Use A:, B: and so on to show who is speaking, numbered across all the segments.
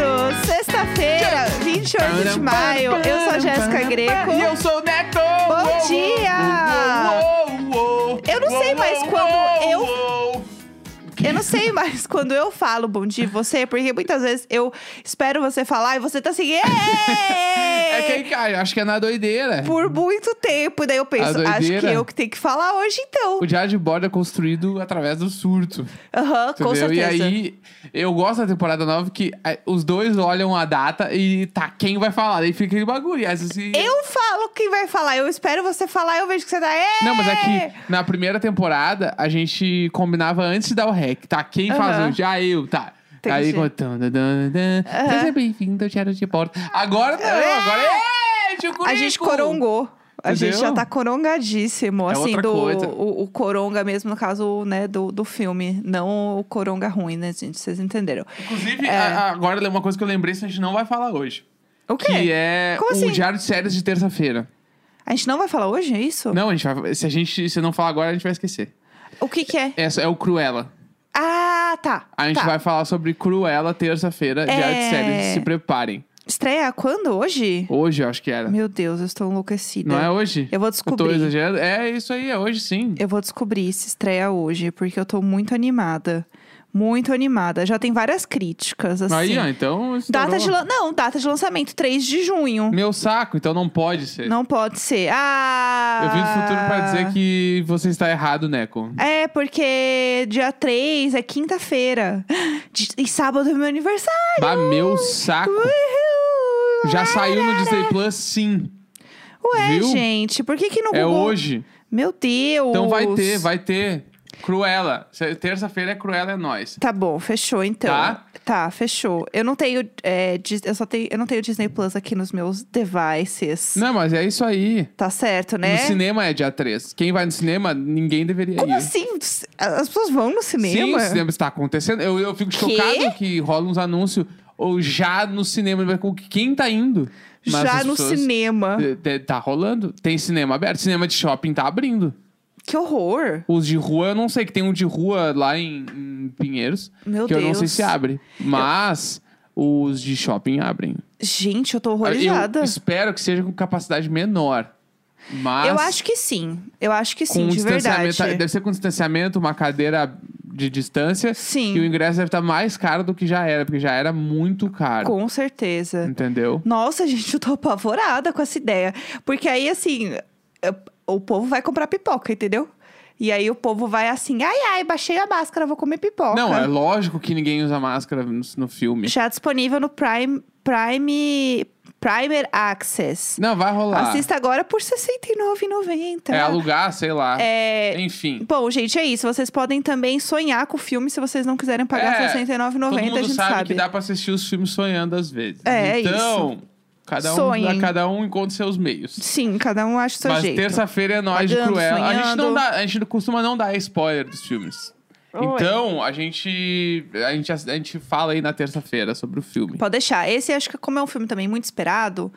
A: um Segunda-feira, 28 de maio. Eu sou a Jéssica Greco.
B: E eu sou o Neto!
A: Bom
B: Uou,
A: dia!
B: uou, uou,
A: Eu não
B: uou,
A: sei mais
B: uou,
A: quando eu-
B: uou.
A: Eu não sei mais quando eu falo bom dia você, porque muitas vezes eu espero você falar e você tá assim.
B: É
A: "Ê!"
B: que, cara, eu acho que é na doideira.
A: Por muito tempo. E daí eu penso,
B: A
A: acho que
B: doideira.
A: eu que tenho que falar hoje então.
B: O diário de bordo é construído através do surto.
A: Aham, com
B: entendeu?
A: certeza.
B: E aí, eu gosto da temporada nova que eh, os dois olham a data e tá, quem vai falar? Daí fica aquele bagulho. E aí, assim,
A: Eu falo quem vai falar, eu espero você falar, eu vejo que você tá. "Ê!"
B: Não, mas é que na primeira temporada a gente combinava antes de dar o rec, tá? Quem faz
A: Aham.
B: hoje? Ah, eu, tá.
A: Entendi.
B: Aí contando. Seja bem-vindo ao Diário de Bordo. Agora não,
A: É!
B: agora é. tio
A: A gente um
B: Curico!
A: corongou. A gente
B: Entendeu?
A: já tá corongadíssimo,
B: É
A: assim,
B: outra
A: do
B: coisa.
A: O, o coronga mesmo, no caso, né, do, do filme. Não o coronga ruim, né, gente? Vocês entenderam.
B: Inclusive,
A: É.
B: a- a- agora uma coisa que eu lembrei, isso a gente não vai falar hoje.
A: O quê?
B: Que é
A: Como
B: o
A: assim?
B: Diário de Séries de terça-feira.
A: A gente não vai falar hoje, é isso?
B: Não, a gente vai. Se a gente se não falar agora, a gente vai esquecer.
A: O que que é?
B: É, é o Cruella.
A: Ah, tá.
B: A gente
A: tá.
B: vai falar sobre Cruella terça-feira, Diário de
A: É.
B: Séries. Se preparem.
A: Estreia quando? Hoje?
B: Hoje, eu acho que era.
A: Meu Deus, eu estou enlouquecida.
B: Não é hoje?
A: Eu vou
B: Eu tô
A: descobrir.
B: exagerando. É isso aí, é hoje sim.
A: Eu vou descobrir se estreia hoje, porque eu tô muito animada. Muito animada. Já tem várias críticas, assim.
B: Aí, ó, então. estourou.
A: Data de lan- Não, data de lançamento, 3 de junho.
B: Meu saco, então não pode ser.
A: Não pode ser. Ah!
B: Eu vim do futuro pra dizer que você está errado, Neco.
A: É, porque dia 3 é quinta-feira. De- E sábado é meu aniversário.
B: Bah, meu saco.
A: Uhul!
B: Já saiu no Disney Plus, sim.
A: Ué,
B: Viu?
A: gente, por que que no
B: É
A: Google...
B: hoje.
A: Meu Deus!
B: Então vai ter, vai ter. Cruella. Se- Terça-feira é Cruella, é nós.
A: Tá bom, fechou então.
B: Tá?
A: Tá, fechou. Eu não tenho. é, Dis- eu só tenho. Eu não tenho Disney Plus aqui nos meus devices.
B: Não, mas é isso aí.
A: Tá certo, né?
B: No cinema é dia 3. Quem vai no cinema, ninguém deveria
A: Como
B: ir.
A: assim? As pessoas vão no
B: Sim,
A: cinema?
B: o cinema está acontecendo. Eu, eu fico chocado que rola uns anúncios ou já no cinema. mas com Quem tá indo? Mas
A: Já
B: as
A: no
B: pessoas-
A: cinema.
B: Eh, te- Tá rolando. Tem cinema aberto. Cinema de shopping tá abrindo.
A: Que horror!
B: Os de rua, eu não sei, que tem um de rua lá em, em Pinheiros.
A: Meu
B: que eu não sei
A: Deus.
B: se abre. Mas os de shopping abrem.
A: Gente, eu tô horrorizada.
B: Ah, Eu
A: Eu,
B: espero que seja com capacidade menor. Mas
A: acho que sim. Eu acho que
B: com
A: sim,
B: um
A: de
B: distanciamento.
A: verdade.
B: Deve ser com distanciamento, uma cadeira de distância.
A: Sim.
B: E o ingresso deve estar mais caro do que já era, porque já era muito caro.
A: Com certeza.
B: Entendeu?
A: Nossa, gente, eu tô apavorada com essa ideia. Porque aí, assim, eu- o povo vai comprar pipoca, entendeu? E aí o povo vai assim, ai, ai, baixei a máscara, vou comer pipoca.
B: Não, é lógico que ninguém usa máscara no, no filme.
A: Já disponível no Prime, Prime, Primer Access.
B: Não, vai rolar.
A: Assista agora por R$ 69,90.
B: É alugar, sei lá.
A: É,
B: Enfim.
A: Bom, gente, é isso. Vocês podem também sonhar com o filme se vocês não quiserem pagar
B: É,
A: R$ 69,90,
B: Todo
A: a
B: mundo
A: gente
B: sabe, que dá pra assistir os filmes sonhando às vezes.
A: É, é
B: então, cada um,
A: Sonhem.
B: cada um encontra seus meios.
A: Sim, cada um acha o seu
B: Mas
A: jeito.
B: terça-feira é nós de
A: Pagando,
B: Cruella. A gente, não
A: sonhando.
B: dá, a gente costuma não dar spoiler dos filmes.
A: Oi.
B: Então, a gente, a gente a gente fala aí na terça-feira sobre o filme.
A: Pode deixar. Esse, acho que como é um filme também muito esperado,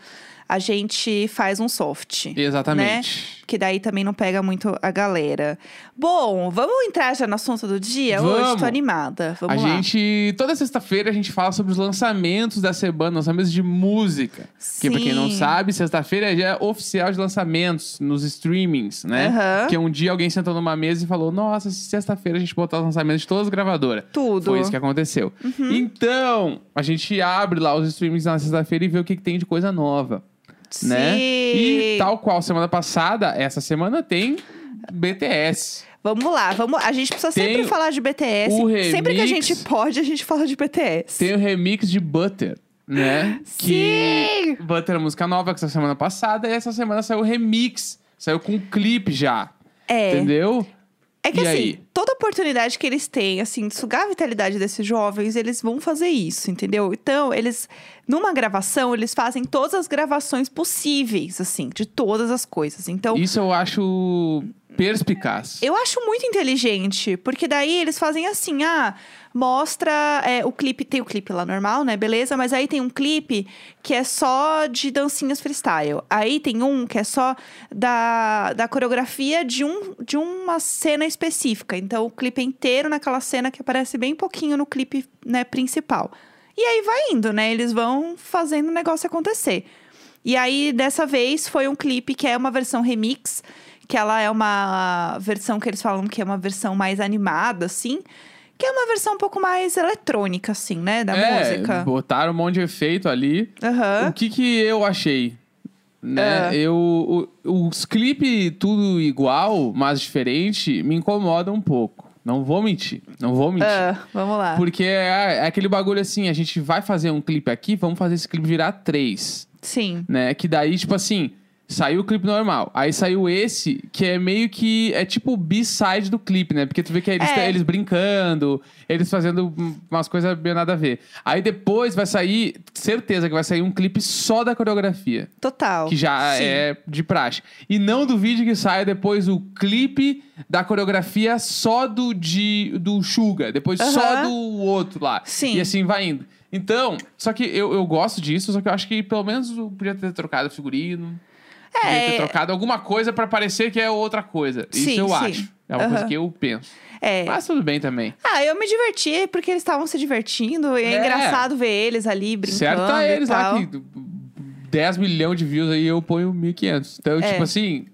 A: a gente faz um soft.
B: Exatamente.
A: Que daí também não pega muito a galera. Bom, vamos entrar já no assunto do dia? Hoje
B: Vamos.
A: tô animada. Vamos
B: a
A: lá.
B: gente, toda sexta-feira, a gente fala sobre os lançamentos da semana, lançamentos de música. Que, pra quem não
A: Sim.
B: sabe, sexta-feira é dia oficial de lançamentos nos streamings, né?
A: Aham.
B: Que um dia alguém sentou numa mesa e falou: Nossa, se sexta-feira a gente botar os lançamentos de todas as gravadoras.
A: Tudo.
B: Foi isso que aconteceu.
A: Uhum.
B: Então, a gente abre lá os streamings na sexta-feira e vê o que, que tem de coisa nova,
A: Sim.
B: né? E tal qual semana passada, essa semana tem BTS.
A: Vamos lá, vamos. A gente precisa
B: Tem
A: sempre falar de BTS.
B: o
A: Sempre que a
B: remix.
A: gente pode, a gente fala de BTS.
B: Tem o remix de Butter, né? Que
A: Sim!
B: Butter é música nova que saiu semana passada e essa semana saiu o remix. Saiu com um clipe já.
A: É.
B: Entendeu?
A: É que
B: E
A: assim,
B: aí?
A: toda oportunidade que eles têm, assim, de sugar a vitalidade desses jovens, eles vão fazer isso, entendeu? Então, eles, numa gravação, eles fazem todas as gravações possíveis, assim, de todas as coisas. Então,
B: Isso eu acho perspicaz.
A: eu acho muito inteligente, porque daí eles fazem assim, ah, mostra é, o clipe, tem o clipe lá normal, né, beleza? Mas aí tem um clipe que é só de dancinhas freestyle. Aí tem um que é só da, da coreografia de, um, de uma cena específica. Então o clipe é inteiro naquela cena que aparece bem pouquinho no clipe, né, principal. E aí vai indo, né? Eles vão fazendo o negócio acontecer. E aí, dessa vez, foi um clipe que é uma versão remix, que ela é uma versão que eles falam que é uma versão mais animada, assim. Que é uma versão um pouco mais eletrônica, assim, né? Da
B: é,
A: música.
B: botaram um monte de efeito ali.
A: Aham.
B: O que que eu achei? Né? Eu, o- os clipes tudo igual, mas diferente, me incomoda um pouco. Não vou mentir, não vou mentir.
A: Ah, vamos lá.
B: Porque é, é aquele bagulho assim, a gente vai fazer um clipe aqui, vamos fazer esse clipe virar três,
A: Sim.
B: né? Que daí, tipo assim, saiu o clipe normal, aí saiu esse, que é meio que, é tipo o B-side do clipe, né? Porque tu vê que eles,
A: É.
B: eles brincando, eles fazendo umas coisas bem nada a ver. Aí depois vai sair, certeza que vai sair um clipe só da coreografia.
A: Total.
B: Que já
A: Sim.
B: é de praxe. E não do vídeo que saia depois o clipe da coreografia só do, de, do Suga, depois
A: Aham.
B: só do outro lá.
A: Sim.
B: E assim vai indo. Então, só que eu, eu gosto disso, só que eu acho que pelo menos eu podia ter trocado figurino. Podia ter
A: É,
B: trocado alguma coisa pra parecer que é outra coisa.
A: Sim,
B: Isso eu
A: sim.
B: acho. É uma coisa
A: Aham.
B: que eu penso.
A: é.
B: Mas tudo bem também.
A: Ah, eu me diverti porque eles estavam se divertindo. E é,
B: É.
A: engraçado ver eles ali brincando.
B: Certo tá
A: e
B: eles lá
A: tal.
B: que 10 milhões de views aí eu ponho 1.500. Então, tipo assim,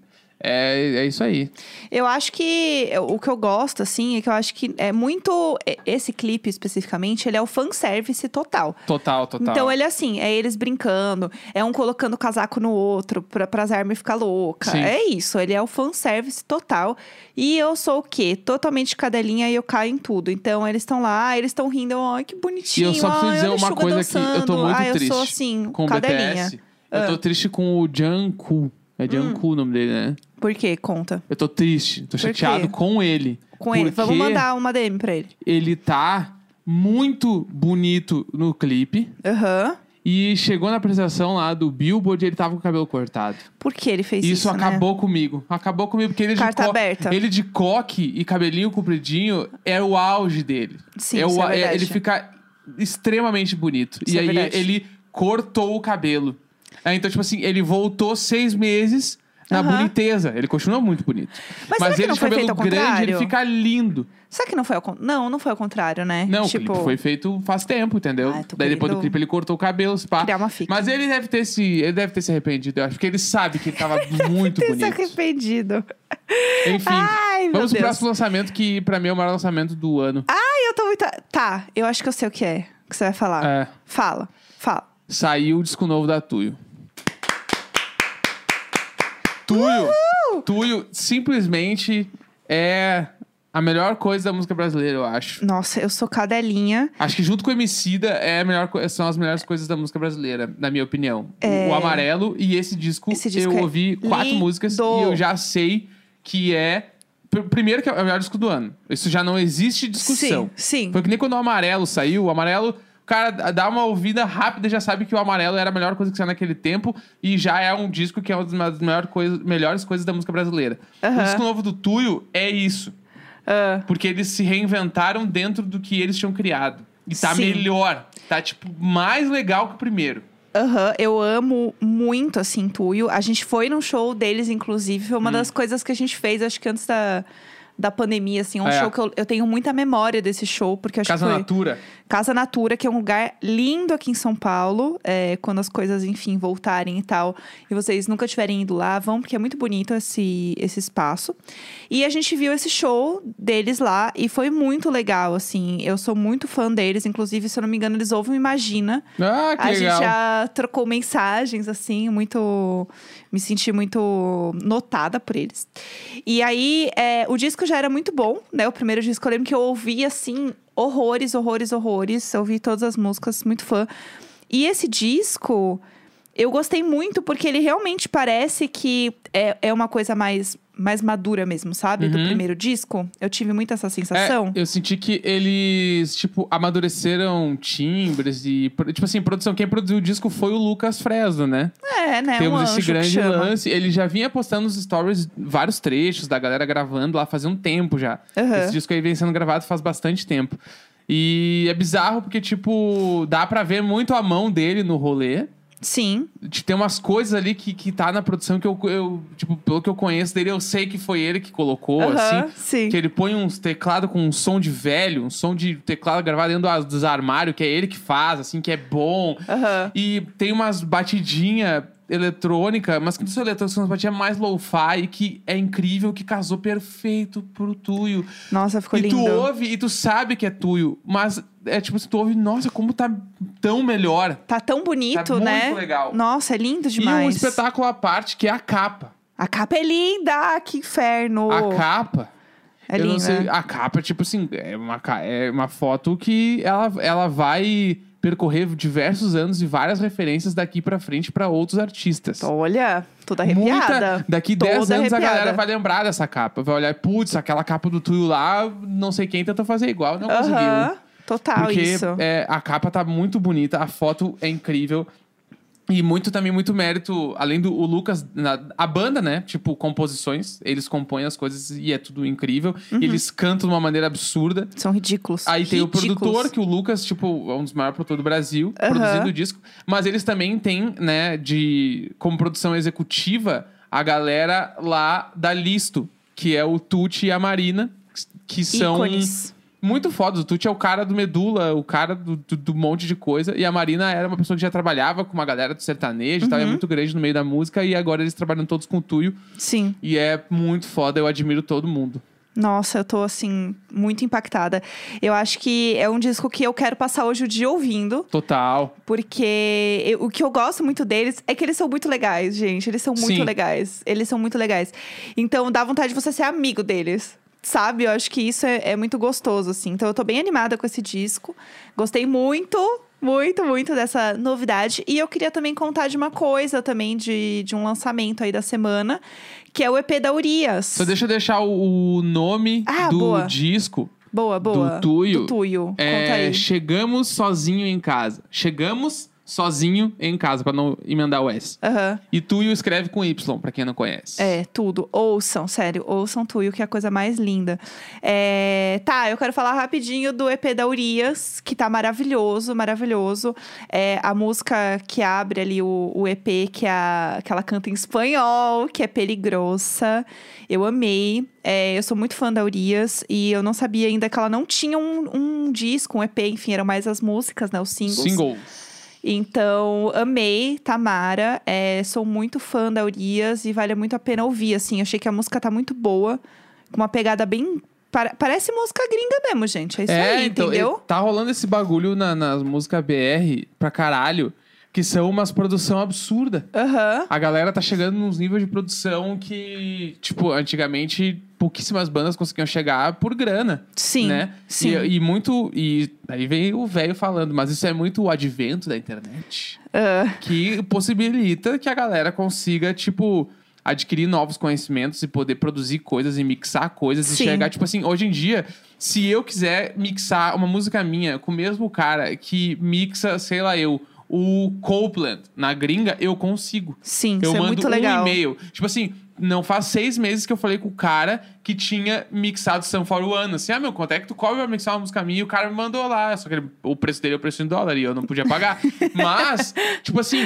B: é, é isso aí.
A: Eu acho que o que eu gosto, assim, é que eu acho que é muito. é- Esse clipe especificamente, ele é o fanservice total.
B: Total, total.
A: Então ele é assim, é eles brincando, é um colocando o casaco no outro pra, pras armas ficar louca.
B: Sim.
A: É isso, ele é o fanservice total. E eu sou o quê? Totalmente cadelinha e eu caio em tudo. Então eles estão lá, eles estão rindo, ai que bonitinho.
B: E eu só preciso
A: ai,
B: dizer
A: olha o
B: uma
A: Suga
B: coisa que eu
A: dançando.
B: tô muito
A: ai, eu
B: triste
A: sou assim,
B: com o
A: cadelinha. Ah.
B: BTS. Eu tô triste com o Jungkook. É
A: Hum.
B: Jungkook o nome dele, né?
A: Por quê? Conta.
B: Eu tô triste, tô
A: quê?
B: chateado com ele.
A: Com ele.
B: Porque
A: Vamos mandar uma DM pra ele.
B: Ele tá muito bonito no clipe.
A: Aham.
B: E chegou na apresentação lá do Billboard e ele tava com o cabelo cortado.
A: Por que ele fez isso?
B: Isso,
A: né?
B: acabou comigo. Acabou comigo, porque ele é
A: Carta
B: de
A: aberta.
B: Ele de coque e cabelinho compridinho é o auge dele.
A: Sim,
B: é o,
A: isso é verdade.
B: Ele fica extremamente bonito.
A: Isso
B: e
A: é
B: aí
A: verdade.
B: ele cortou o cabelo. É, então, tipo assim, ele voltou seis meses na
A: Aham.
B: boniteza. Ele continua muito bonito.
A: Mas será que
B: ele
A: não
B: de
A: foi
B: cabelo
A: feito ao
B: grande, ele
A: contrário?
B: fica lindo.
A: Será que não foi ao contrário? Não, não foi ao contrário, né?
B: Não, o
A: tipo,
B: clipe foi feito faz tempo, entendeu?
A: Ah, eu tô
B: Daí depois do
A: querendo
B: clipe ele cortou o cabelo, se pá.
A: criar uma fica.
B: Mas ele deve ter se. Ele deve ter se arrependido, eu acho, porque ele sabe que ele tava muito
A: Tem se
B: bonito.
A: tá arrependido.
B: Enfim,
A: Ai, meu
B: vamos
A: Deus.
B: pro
A: Ah.
B: próximo lançamento, que pra mim é o maior lançamento do ano.
A: Ai, eu tô muito. Tá, eu acho que eu sei o que é que você vai falar.
B: É.
A: Fala, fala.
B: Saiu o disco novo da Tuyo. Tuyo! Tuyo simplesmente é a melhor coisa da música brasileira, eu acho.
A: Nossa, eu sou cadelinha.
B: Acho que junto com o Emicida é a melhor, co- são as melhores coisas da música brasileira, na minha opinião. O- O Amarelo e esse disco,
A: É. Esse disco
B: eu
A: é
B: ouvi quatro
A: lindo.
B: músicas e eu já sei que é... pr- Primeiro que é o melhor disco do ano. Isso já não existe discussão.
A: Sim, sim.
B: Foi que nem quando o amarelo saiu, o amarelo, o cara dá uma ouvida rápida e já sabe que o amarelo era a melhor coisa que saiu naquele tempo e já é um disco que é uma das ma- maior coisa- melhores coisas da música brasileira. O
A: Aham.
B: disco novo do Tuyo é isso,
A: Ah,
B: porque eles se reinventaram dentro do que eles tinham criado. E tá
A: Sim.
B: melhor, tá tipo mais legal que o primeiro.
A: Aham, eu amo muito, assim, Tuyo. A gente foi num show deles, inclusive. Foi uma
B: Hum.
A: das coisas que a gente fez, acho que antes da, da pandemia, assim. Um
B: É.
A: show que eu, eu tenho muita memória desse show, porque eu acho
B: Casa
A: que foi...
B: Natura.
A: Casa Natura, que é um lugar lindo aqui em São Paulo. é, quando as coisas, enfim, voltarem e tal. E vocês nunca tiverem ido lá, vão, porque é muito bonito esse, esse espaço. E a gente viu esse show deles lá e foi muito legal, assim. Eu sou muito fã deles. Inclusive, se eu não me engano, eles ouvem o Imagina.
B: Ah, que
A: A
B: legal.
A: gente já trocou mensagens, assim, muito. Me senti muito notada por eles. E aí, é, o disco já era muito bom, né? O primeiro disco eu lembro que eu ouvi, assim, horrores, horrores, horrores. Eu ouvi todas as músicas, muito fã. E esse disco. Eu gostei muito porque ele realmente parece que é, é uma coisa mais, mais madura mesmo, sabe? Do
B: Uhum.
A: primeiro disco. Eu tive muito essa
B: É,
A: sensação.
B: eu senti que eles, tipo, amadureceram timbres e. pro- Tipo assim, produção. Quem produziu o disco foi o Lucas Fresno, né?
A: É, né?
B: Temos
A: um anjo
B: esse
A: que
B: grande
A: chama.
B: lance. Ele já vinha postando nos stories vários trechos da galera gravando lá fazia um tempo já.
A: Aham.
B: Esse disco aí vem sendo gravado faz bastante tempo. E é bizarro porque, tipo, dá pra ver muito a mão dele no rolê.
A: Sim.
B: Tem umas coisas ali que, que tá na produção que eu, eu, tipo, pelo que eu conheço dele, eu sei que foi ele que colocou,
A: Aham,
B: assim.
A: sim.
B: Que ele põe uns teclado com um som de velho, um som de teclado gravado dentro das- dos armários, que é ele que faz, assim, que é bom.
A: Aham.
B: E tem umas batidinha eletrônica, mas que não são eletrônicas, são umas batidinhas mais lo-fi, que é incrível, que casou perfeito pro Tuyo.
A: Nossa, ficou
B: e
A: lindo.
B: tu ouve e tu sabe que é Tuyo, mas é tipo, se tu ouve, nossa, como tá tão melhor.
A: Tá tão bonito,
B: Tá muito
A: né?
B: legal.
A: Nossa, é lindo
B: E um
A: demais.
B: espetáculo à parte, que é a capa.
A: a capa é linda, que inferno.
B: A capa.
A: é
B: eu
A: linda.
B: não sei, a capa, tipo assim, é uma, ca- é uma foto que ela, ela vai percorrer diversos anos e várias referências daqui pra frente pra outros artistas.
A: Olha, toda arrepiada.
B: Muita, daqui
A: Toda
B: 10 anos a
A: arrepiada.
B: galera vai lembrar dessa capa. Vai olhar, putz, aquela capa do Tuyo lá, não sei quem tentou fazer igual, não
A: Aham,
B: conseguiu.
A: Total
B: um Porque
A: isso.
B: é, a capa tá muito bonita, a foto é incrível. E muito também, muito mérito, além do o Lucas, na- a banda, né? Tipo, composições. Eles compõem as coisas e é tudo incrível.
A: Uhum.
B: E eles cantam de uma maneira absurda.
A: São ridículos.
B: Aí tem o
A: Ridículos.
B: produtor, que o Lucas, tipo, é um dos maiores produtores do Brasil,
A: Aham.
B: produzindo o disco. Mas eles também têm, né, de como produção executiva, a galera lá da Listo, que é o Tuti e a Marina, que são
A: Ícones.
B: muito fodas. O Tuti é o cara do Medula, o cara do, do- do monte de coisa. E a Marina era uma pessoa que já trabalhava com uma galera do sertanejo, e
A: Uhum.
B: tal, e é muito grande no meio da música. E agora eles trabalham todos com o Tuyo.
A: Sim.
B: E é muito foda, eu admiro todo mundo.
A: Nossa, eu tô assim, muito impactada. Eu acho que é um disco que eu quero passar hoje o dia ouvindo,
B: Total.
A: porque eu- o que eu gosto muito deles é que eles são muito legais, gente. Eles são muito
B: Sim.
A: legais. Eles são muito legais. Então dá vontade de você ser amigo deles. Sabe, eu acho que isso é, é muito gostoso, assim. Então eu tô bem animada com esse disco. Gostei muito, muito, muito dessa novidade. E eu queria também contar de uma coisa também, de, de um lançamento aí da semana, que é o EP da Urias.
B: Só Então, deixa eu deixar o, o nome
A: Ah,
B: do
A: boa.
B: disco.
A: Boa, boa.
B: Do Tuyo.
A: Do Tuyo. Conta
B: É,
A: aí.
B: chegamos sozinho em casa. Chegamos sozinho em casa, pra não emendar o S.
A: Aham.
B: E Tuyo escreve com Y, pra quem não conhece.
A: É, tudo. Ouçam, sério, ouçam Tuyo, que é a coisa mais linda. É, tá, eu quero falar rapidinho do EP da Urias, que tá maravilhoso, maravilhoso. É, a música que abre ali o, o EP, que, é a, que ela canta em espanhol, que é Peligrosa. Eu amei. É, eu sou muito fã da Urias e eu não sabia ainda que ela não tinha um, um disco, um EP, enfim, eram mais as músicas, né? Os singles.
B: Single.
A: Então, amei Tamara. É, sou muito fã da Urias e vale muito a pena ouvir, assim. Achei que a música tá muito boa, com uma pegada bem. pare- Parece música gringa mesmo, gente. É isso aí,
B: então,
A: entendeu?
B: e- tá rolando esse bagulho na- nas músicas BR pra caralho, que são umas produção absurda.
A: Aham.
B: A galera tá chegando nos níveis de produção que, tipo, antigamente pouquíssimas bandas conseguiam chegar por grana.
A: Sim.
B: né?
A: Sim.
B: E, e muito. E aí vem o velho falando, mas isso é muito o advento da internet
A: Ah,
B: que possibilita que a galera consiga, tipo, adquirir novos conhecimentos e poder produzir coisas e mixar coisas
A: Sim.
B: e chegar, tipo assim, hoje em dia, se eu quiser mixar uma música minha com o mesmo cara que mixa, sei lá, eu, o Copeland na gringa, eu consigo.
A: sim,
B: Eu
A: isso é
B: mando
A: muito
B: um
A: legal.
B: e-mail. Tipo assim, não faz seis meses que eu falei com o cara que tinha mixado Sun for One. Assim, ah, meu, quanto é que tu cobra pra mixar uma música minha? E o cara me mandou lá. Só que ele- o preço dele é o preço em dólar e eu não podia pagar. Mas, tipo assim,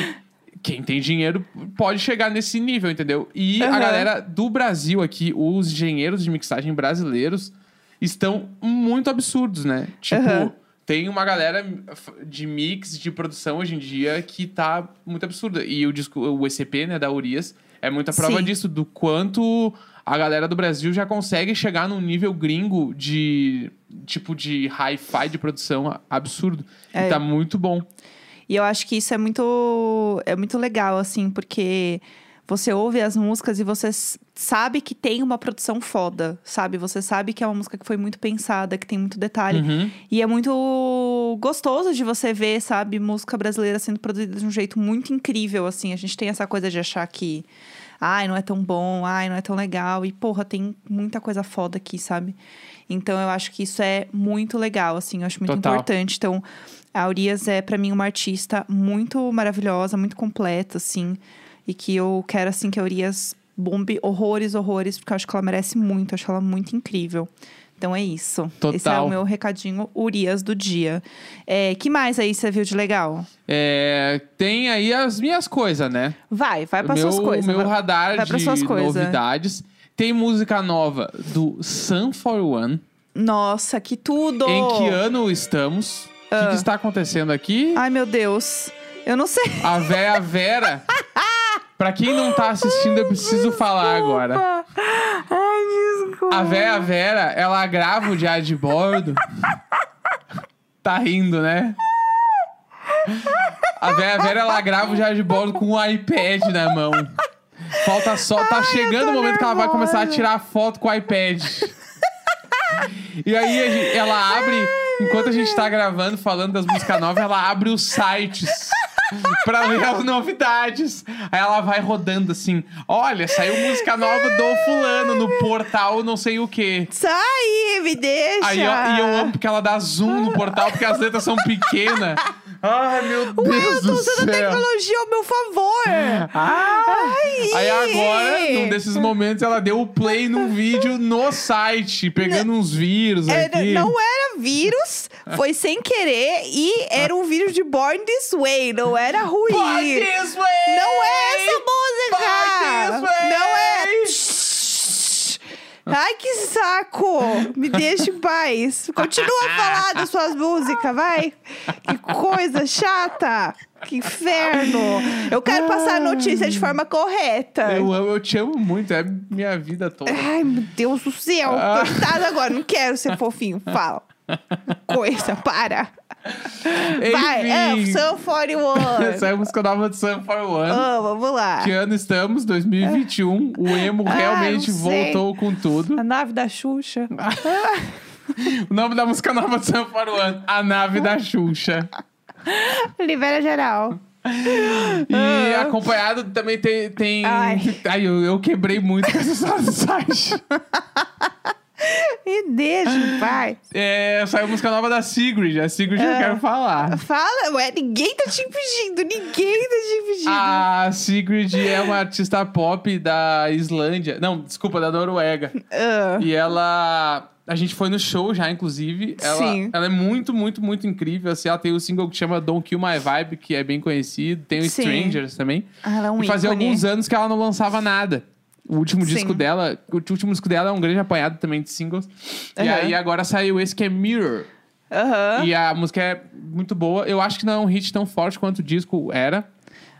B: quem tem dinheiro pode chegar nesse nível, entendeu? E
A: Aham.
B: a galera do Brasil aqui, os engenheiros de mixagem brasileiros, estão muito absurdos, né? Tipo.
A: Aham.
B: Tem uma galera de mix, de produção hoje em dia que tá muito absurda. E o disco, o ECP, né, da Urias, é muita prova
A: Sim.
B: disso, do quanto a galera do Brasil já consegue chegar num nível gringo de tipo de hi-fi de produção a- absurdo.
A: É.
B: E tá muito bom.
A: E eu acho que isso é muito, é muito legal, assim, porque você ouve as músicas e você s- sabe que tem uma produção foda, sabe? Você sabe que é uma música que foi muito pensada, que tem muito detalhe.
B: Uhum.
A: E é muito gostoso de você ver, sabe, música brasileira sendo produzida de um jeito muito incrível, assim. A gente tem essa coisa de achar que, ai, não é tão bom, ai, não é tão legal. E, porra, tem muita coisa foda aqui, sabe? Então, eu acho que isso é muito legal, assim. Eu acho muito
B: Total.
A: importante. Então, a Urias é, pra mim, uma artista muito maravilhosa, muito completa, assim. E que eu quero, assim, que a Urias bombe horrores, horrores, porque eu acho que ela merece muito. Eu acho ela muito incrível. Então é isso.
B: Total.
A: Esse é o meu recadinho Urias do dia. É, que mais aí você viu de legal?
B: É, tem aí as minhas coisas, né?
A: Vai, vai para
B: meu,
A: suas coisas.
B: meu
A: vai-
B: radar
A: vai pras
B: de
A: suas coisas. é.
B: novidades. Tem música nova do Sun 41.
A: Nossa, que tudo!
B: Em que ano estamos? O
A: Ah.
B: que, que está acontecendo aqui?
A: Ai, meu Deus. Eu não sei.
B: A véia Vera. pra quem não tá assistindo, eu preciso falar agora.
A: Ai, desculpa.
B: A véia Vera, ela grava o diário de bordo. tá rindo, né? A véia Vera, ela grava o diário de bordo com um iPad na mão. Falta só. Tá chegando o momento que ela vai começar a tirar foto com o iPad. E aí a gente- ela abre, enquanto a gente tá gravando, falando das músicas novas, ela abre os sites. Pra ver as novidades. Aí ela vai rodando assim: olha, saiu música nova do Fulano no portal não sei o quê.
A: Sai, me deixa.
B: Aí, ó, e eu amo porque ela dá zoom no portal, porque as letras são pequenas. Ai, meu Deus
A: Ué, eu tô
B: do
A: usando a
B: céu.
A: tecnologia ao meu favor.
B: Ah!
A: Ai.
B: Aí agora, num desses momentos, ela deu o play num vídeo no site, pegando uns vírus
A: É,
B: aqui.
A: não era vírus, foi sem querer e era um vírus de Born This Way, não era ruim.
B: Born this way!
A: Não é essa
B: Born
A: música!
B: this way!
A: Não é. Ai, que saco! Me deixa em paz. Continua a falar das suas músicas, vai. Que coisa chata. Que inferno. Eu quero passar a notícia de forma correta.
B: Eu amo, eu te amo muito, é minha vida toda.
A: Ai, meu Deus do céu.
B: Ah.
A: Tô irritada agora. Não quero ser fofinho. Fala. Coisa, para. Vai. É,
B: Enfim,
A: Sun 41.
B: Essa é a música nova do Sun 41.
A: Ah, vamos lá.
B: Que ano estamos? 2021. O emo
A: Ah,
B: realmente
A: não sei.
B: voltou com tudo.
A: A nave da Xuxa.
B: O nome da música é nova do Sam 41, A Nave da Xuxa.
A: Libera geral.
B: E acompanhado também tem. tem...
A: Ah. Ai.
B: Ai, eu, eu quebrei muito com essas mensagens.
A: Me deixa em paz.
B: É, saiu a música nova da Sigrid. A Sigrid eu
A: Ah.
B: quero falar.
A: Fala, ué, ninguém tá te impedindo, ninguém tá te impedindo.
B: A Sigrid é uma artista pop da Islândia. Não, desculpa, da Noruega.
A: Ah,
B: E ela. A gente foi no show já, inclusive. Ela,
A: Sim.
B: ela é muito, muito, muito incrível. Assim, ela tem o single que chama Don't Kill My Vibe, que é bem conhecido. Tem o
A: Sim.
B: Strangers também.
A: ela é um
B: e fazia
A: ícone.
B: alguns anos que ela não lançava nada. O último
A: Sim.
B: disco dela, o último disco dela é um grande apanhado também de singles. E
A: Aham.
B: aí agora saiu esse que é Mirror.
A: Aham.
B: E a música é muito boa. Eu acho que não é um hit tão forte quanto o disco era.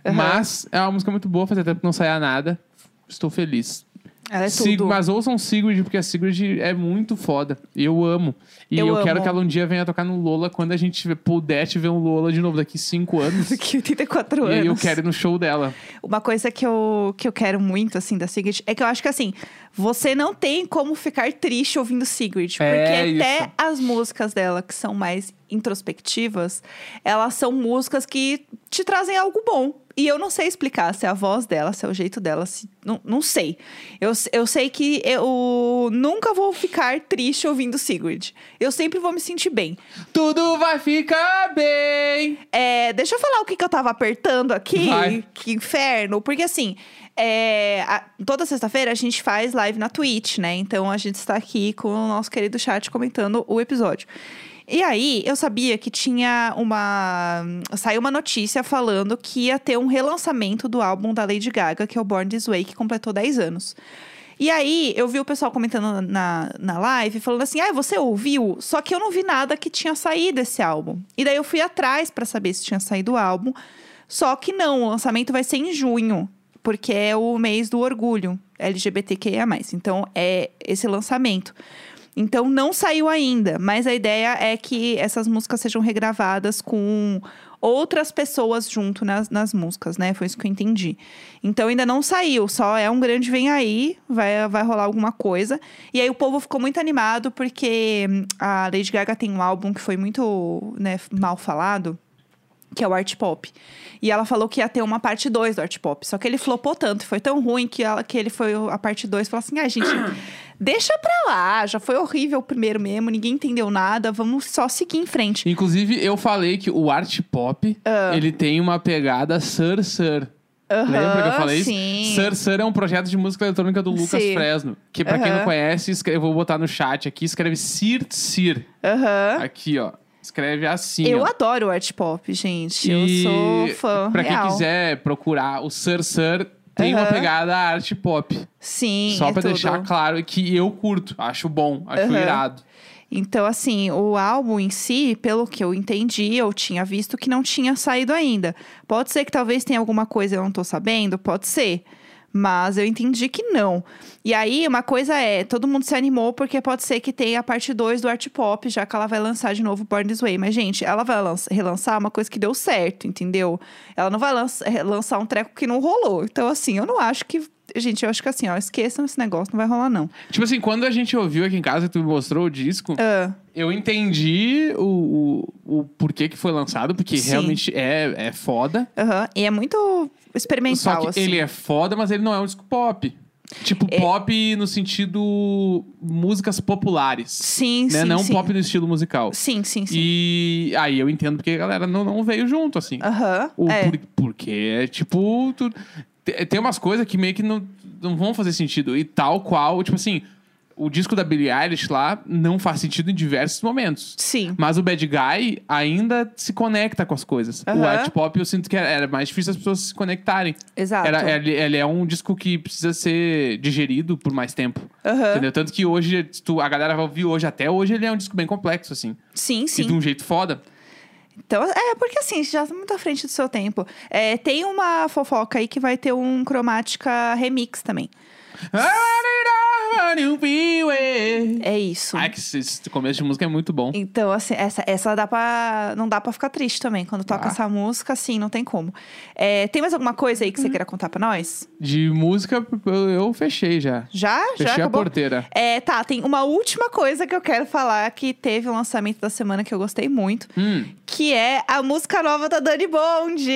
A: Aham.
B: Mas é uma música muito boa, fazia tempo que não saía nada. Estou feliz.
A: Ela é
B: Sig-
A: tudo.
B: mas ouçam Sigrid, porque a Sigrid é muito foda. Eu amo. E eu,
A: Eu
B: quero
A: amo.
B: que ela um dia venha tocar no Lola quando a gente tiver- puder tiver um Lola de novo daqui cinco anos.
A: Que 84
B: e
A: anos.
B: aí eu quero ir no show dela.
A: Uma coisa que eu, que eu quero muito, assim, da Sigrid, é que eu acho que, assim, você não tem como ficar triste ouvindo Sigrid. Porque
B: É
A: até
B: isso.
A: as músicas dela, que são mais introspectivas, elas são músicas que te trazem algo bom. E eu não sei explicar se é a voz dela, se é o jeito dela, se... Não, não sei. Eu, eu sei que eu nunca vou ficar triste ouvindo Sigrid. Eu sempre vou me sentir bem.
B: Tudo vai ficar bem.
A: É, deixa eu falar o que, que eu tava apertando aqui.
B: Vai.
A: Que inferno. Porque assim, é, a- toda sexta-feira a gente faz live na Twitch, né? Então a gente está aqui com o nosso querido chat comentando o episódio. E aí, eu sabia que tinha uma. Saiu uma notícia falando que ia ter um relançamento do álbum da Lady Gaga, que é o Born This Way, que completou 10 anos. E aí, eu vi o pessoal comentando na, na live, falando assim: ah, você ouviu? Só que eu não vi nada que tinha saído esse álbum. E daí eu fui atrás pra saber se tinha saído o álbum. Só que não, o lançamento vai ser em junho, porque é o mês do orgulho LGBTQIA. Então é esse lançamento. Então não saiu ainda, mas a ideia é que essas músicas sejam regravadas com outras pessoas junto nas, nas músicas, né? Foi isso que eu entendi. Então ainda não saiu, só é um grande vem aí, vai, vai rolar alguma coisa. E aí o povo ficou muito animado porque hum, a Lady Gaga tem um álbum que foi muito né, mal falado. Que é o Art Pop. E ela falou que ia ter uma parte 2 do Art Pop. Só que ele flopou tanto, foi tão ruim que, ela, que ele foi a parte 2 falou assim: ah, gente, deixa pra lá, já foi horrível o primeiro mesmo, ninguém entendeu nada, vamos só seguir em frente. Ah.
B: Inclusive, eu falei que o art pop, ele tem uma pegada sur-sur. Lembra que eu
A: Aham,
B: falei
A: sim.
B: isso? Sir Sir é um projeto de música eletrônica do Lucas
A: Sim.
B: Fresno. Que pra quem
A: Aham.
B: não conhece, escre- eu vou botar no chat aqui, escreve Sir Sir.
A: Aham.
B: Aqui, ó. Escreve assim.
A: Ah. Eu
B: ó.
A: adoro art pop, gente.
B: E
A: Eu sou fã.
B: Pra
A: real.
B: quem quiser procurar, o Sir Sir tem uma
A: Aham.
B: pegada arte pop.
A: Sim,
B: só
A: é
B: pra
A: tudo.
B: deixar claro que eu curto, acho bom, acho
A: Aham.
B: irado.
A: Então, assim, o álbum em si, pelo que eu entendi, eu tinha visto que não tinha saído ainda. Pode ser que talvez tenha alguma coisa eu não tô sabendo, pode ser. Mas eu entendi que não. E aí, uma coisa é, todo mundo se animou porque pode ser que tenha a parte 2 do Art Pop, já que ela vai lançar de novo Born This Way. Mas, gente, ela vai lan- relançar uma coisa que deu certo, entendeu? Ela não vai lan- lançar um treco que não rolou. Então, assim, eu não acho que. Gente, eu acho que assim, ó, esqueçam esse negócio, não vai rolar, não.
B: Tipo assim, quando a gente ouviu aqui em casa e tu me mostrou o disco,
A: Ah,
B: eu entendi o, o, o porquê que foi lançado, porque
A: Sim.
B: realmente é, é foda.
A: aham. E é muito
B: Só
A: experimental,
B: que
A: assim. É.
B: ele é foda, mas ele não é um disco pop. Tipo, pop no sentido músicas populares.
A: Sim,
B: né?
A: sim.
B: não
A: sim.
B: pop no estilo musical.
A: Sim, sim, sim.
B: E aí eu entendo porque a galera não, não veio junto, assim.
A: Aham.
B: O
A: é.
B: por- porque, tipo, tu- te- tem umas coisas que meio que não, não vão fazer sentido. E tal qual, tipo assim, o disco da Billie Eilish lá não faz sentido em diversos momentos.
A: Sim.
B: Mas o Bad Guy ainda se conecta com as coisas. O
A: Aham.
B: Art Pop eu sinto que era, era mais difícil as pessoas se conectarem.
A: Exato.
B: Era, ele, ele é um disco que precisa ser digerido por mais tempo.
A: Aham.
B: Entendeu? Tanto que hoje, se tu, a galera vai ouvir hoje, até hoje, ele é um disco bem complexo, assim.
A: Sim,
B: E de
A: sim.
B: um jeito foda.
A: Então, é, porque assim, já tá muito à frente do seu tempo. É, tem uma fofoca aí que vai ter um cromática remix também. É isso.
B: Ai, que esse, esse começo de música é muito bom.
A: Então, assim, essa, essa dá pra. Não dá pra ficar triste também. Quando toca
B: Ah.
A: essa música, assim, não tem como. É, tem mais alguma coisa aí que
B: Hum.
A: você queira contar pra nós?
B: De música, eu, eu fechei já.
A: Já? Já
B: Fechei a
A: acabou?
B: porteira.
A: É, tá, tem uma última coisa que eu quero falar que teve um lançamento da semana que eu gostei muito.
B: Hum.
A: que é a música nova da Dani Bond.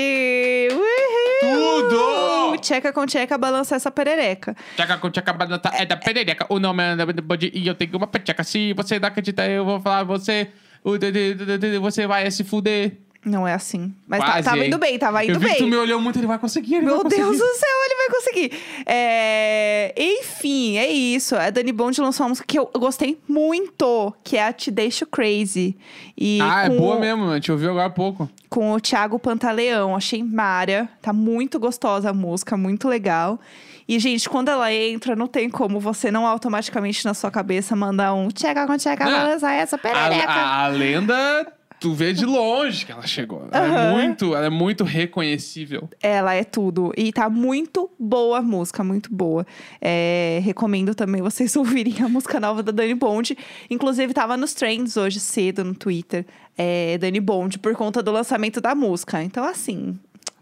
A: Uhul!
B: Tudo!
A: Tcheca com tcheca, balança essa perereca.
B: Tchaca com tchaca banata é da perereca. O nome é da bode e eu tenho uma peteca. Se você não acredita, eu vou falar você. O de- de- de- de- Você vai se fuder.
A: Não é assim. Mas tá-
B: Quase,
A: tava
B: hein?
A: indo bem, tava indo
B: eu vi
A: bem.
B: que tu me olhou muito, ele vai conseguir, ele
A: Meu
B: vai conseguir.
A: Deus do céu, ele vai conseguir. É, Enfim, é isso. A Dani Bond lançou uma música que eu gostei muito, que é a Te Deixo Crazy. E
B: Ah, é
A: com
B: boa
A: o-
B: mesmo, a gente ouviu agora há pouco.
A: com o Thiago Pantaleão. Achei Mara. Tá muito gostosa a música, muito legal. E, gente, quando ela entra, não tem como você não automaticamente na sua cabeça mandar um tcheca com tcheca,
B: Não. Ah,
A: balança essa
B: A,
A: perereca.
B: a- a lenda, tu vê de longe que ela chegou. Ela, é
A: Aham.
B: muito, ela é muito reconhecível.
A: Ela é tudo. E tá muito boa a música, muito boa. É, recomendo também vocês ouvirem a música nova da Dani Bond. Inclusive, tava nos trends hoje cedo no Twitter, é, Dani Bond, por conta do lançamento da música. Então, assim,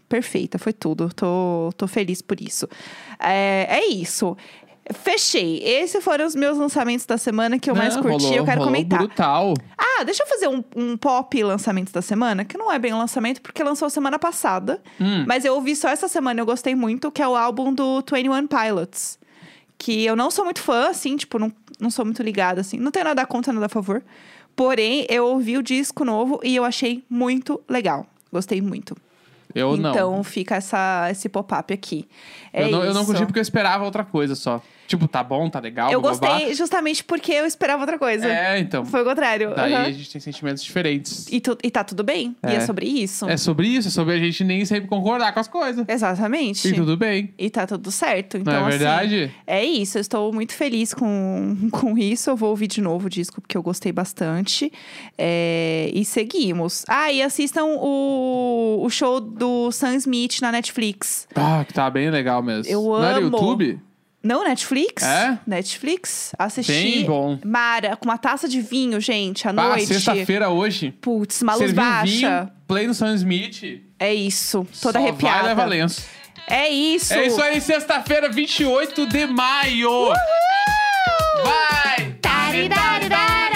A: perfeita, foi tudo. Tô, tô feliz por isso. É, é isso. Fechei. Esses foram os meus lançamentos da semana que eu mais
B: Não,
A: curti.
B: rolou-
A: eu quero
B: rolou
A: comentar.
B: brutal.
A: Ah, deixa eu fazer um, um pop lançamento da semana, que não é bem um lançamento, porque lançou semana passada.
B: Hum.
A: Mas eu ouvi só essa semana, eu gostei muito, que é o álbum do 21 Pilots. Que eu não sou muito fã, assim, tipo, não, não sou muito ligada, assim. Não tenho nada contra, nada a favor. Porém, eu ouvi o disco novo e eu achei muito legal. Gostei muito.
B: Eu não.
A: então fica essa, esse pop-up aqui. É
B: eu, não eu não
A: isso.
B: curti porque eu esperava outra coisa só. Tipo, tá bom, tá legal,
A: Eu
B: blá, blá, blá.
A: gostei justamente porque eu esperava outra coisa.
B: É, então.
A: Foi o contrário.
B: Daí
A: Aham.
B: a gente tem sentimentos diferentes.
A: E, tu- e tá tudo bem. E
B: É.
A: é sobre isso.
B: É sobre isso, é sobre a gente nem sempre concordar com as coisas.
A: Exatamente.
B: E tudo bem.
A: E tá tudo certo. Então,
B: Não é
A: assim,
B: verdade?
A: é isso. Eu estou muito feliz com, com isso. Eu vou ouvir de novo o disco, porque eu gostei bastante. É, e seguimos. Ah, e assistam o, o show do Sam Smith na Netflix.
B: Ah, que tá bem legal mesmo.
A: Eu
B: Não era
A: amo.
B: YouTube?
A: Não, Netflix?
B: É?
A: Netflix? Assisti.
B: Bem bom.
A: Mara, com uma taça de vinho, gente, à
B: Ah,
A: noite.
B: sexta-feira hoje.
A: Putz, uma luz
B: Serviu um
A: baixa.
B: vinho, play no Sam Smith.
A: É isso. Toda
B: só
A: arrepiada.
B: Vai leva lenço.
A: É isso.
B: É isso aí, sexta-feira, 28 de maio. Vai!
A: Dari, dari, dari.